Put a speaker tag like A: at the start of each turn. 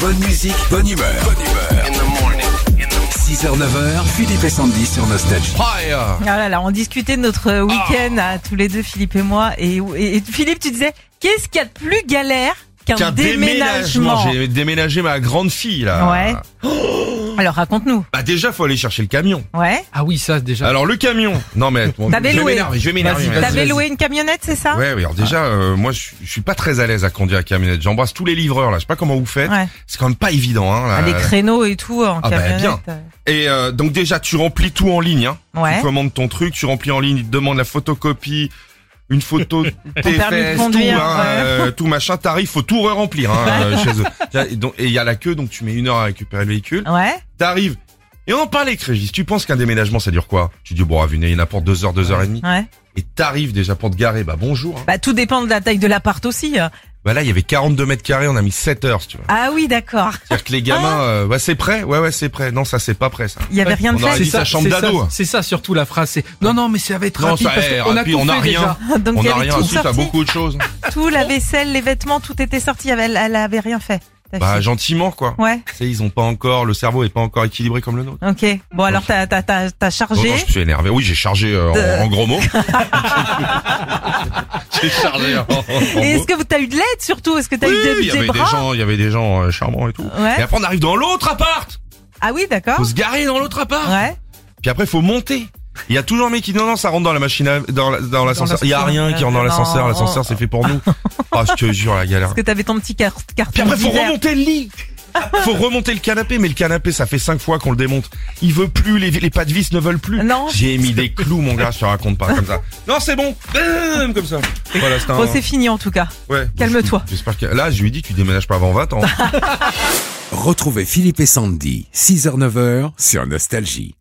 A: Bonne musique, bonne humeur. 6h, 9h, Philippe et Sandy sur Nostalgie.
B: Fire
C: Ah là là, on discutait de notre week-end
B: Oh.
C: à tous les deux, Philippe et moi. Et, et- et Philippe, tu disais, qu'est-ce qu'il y a de plus galère qu'un
B: Tiens,
C: déménagement,
B: J'ai Ah. déménagé ma grande fille là.
C: Ouais. Alors raconte-nous.
B: Bah déjà faut aller chercher le camion.
C: Ouais.
D: Ah oui, ça déjà.
B: Alors le camion. Non mais bon,
C: T'avais
B: je vais
C: loué.
B: m'énerver, je vais m'énerver.
D: Vas-y,
B: mais-
D: vas-y.
C: T'avais loué une camionnette, c'est ça Ah.
B: Ouais, ouais, alors déjà, euh, moi, je je suis pas très à l'aise à conduire à camionnette. J'embrasse tous les livreurs, là. Je sais pas comment vous faites.
C: Ouais.
B: C'est quand même pas évident, hein. Ah là.
C: Ah, Les créneaux et tout en
B: Ah bah,
C: camionnette.
B: bien. Et euh, donc déjà, tu remplis tout en ligne. Hein.
C: Ouais.
B: Tu commandes ton truc, tu remplis en ligne, il te demande la photocopie, une photo de tes
C: permis de
B: fesses,
C: conduire,
B: tout, hein,
C: ouais.
B: euh, tout machin. T'arrives, faut tout re-remplir hein, euh, chez eux. Et donc- et il y a la queue, donc tu mets une heure à récupérer le véhicule.
C: Ouais.
B: T'arrives. Et on parlait avec Régis, tu penses qu'un déménagement ça dure quoi Tu dis bon, ah, venez, il y en a pour deux heures, deux heures et demie.
C: Ouais.
B: Et t'arrives déjà pour te garer, bah bonjour. hein.
C: Bah tout dépend de la taille de l'appart aussi. hein.
B: Bah là, il y avait 42 mètres carrés, on a mis 7 heures, si tu vois.
C: Ah oui, d'accord.
B: C'est-à-dire que les gamins, euh, ouais, c'est prêt, ouais, ouais, c'est prêt. Non, ça c'est pas prêt, ça.
C: Il y avait
D: Ouais.
C: rien de
B: On aurait
C: fait.
B: Ah, dit sa chambre
D: c'est ça,
B: d'ado.
D: C'est ça surtout la phrase. C'est non, non, mais ça va être
B: Non,
D: rapide
B: ça
D: parce
B: est
D: qu'on a
B: rapide,
D: tout
B: on a
D: fait
B: rien.
D: déjà.
C: Donc
B: on
C: elle
B: a
C: avait
B: rien
C: tout
B: aussi, t'as
C: sorti, Ah,
B: beaucoup de choses.
C: tout la vaisselle, les vêtements, tout était sorti. Elle, avait- elle avait rien fait. ta
B: Bah
C: fille.
B: gentiment quoi.
C: Ouais.
B: Tu sais, ils ont pas encore, le cerveau est pas encore équilibré comme le nôtre.
C: Ok. Bon alors t'as t'as- t'as- t'as
B: Oh
C: chargé.
B: non, je suis énervé. Oui, j'ai chargé euh,
C: Euh.
B: en, en gros mots. j'ai chargé en, en gros
C: Et
B: mots.
C: est-ce que t'as eu de l'aide surtout Est-ce que t'as
B: Oui,
C: eu
B: il
C: des,
B: y
C: des
B: avait des
C: bras
B: gens, il y avait des gens euh, charmants et tout. Et
C: Ouais.
B: après on arrive dans l'autre appart.
C: Ah oui, d'accord.
B: Faut se garer dans l'autre appart.
C: Ouais.
B: Puis après faut monter. Il y a toujours un mec qui dit non non ça rentre dans la machine à, dans la- dans l'ascenseur. Il y a
C: l'ascenseur.
B: rien qui rentre dans
C: Non.
B: l'ascenseur. L'ascenseur c'est fait pour nous. Ah je te jure la galère.
C: Parce que t'avais ton petit car- carton.
B: Puis après, faut
C: d'hiver.
B: remonter le lit. Faut remonter le canapé, mais le canapé, ça fait cinq fois qu'on le démonte. Il veut plus, les, les pas de vis ne veulent plus.
C: Non.
B: J'ai mis des clous, mon gars, je te raconte pas comme ça. Non, c'est bon. Bam, Comme ça. Voilà, c'est un.
C: Bon, c'est fini en tout cas.
B: Ouais.
C: calme-toi.
B: J'espère que, là, je lui dis, tu déménages pas avant 20 ans.
A: Retrouvez Philippe et Sandy, 6h, 9h sur Nostalgie.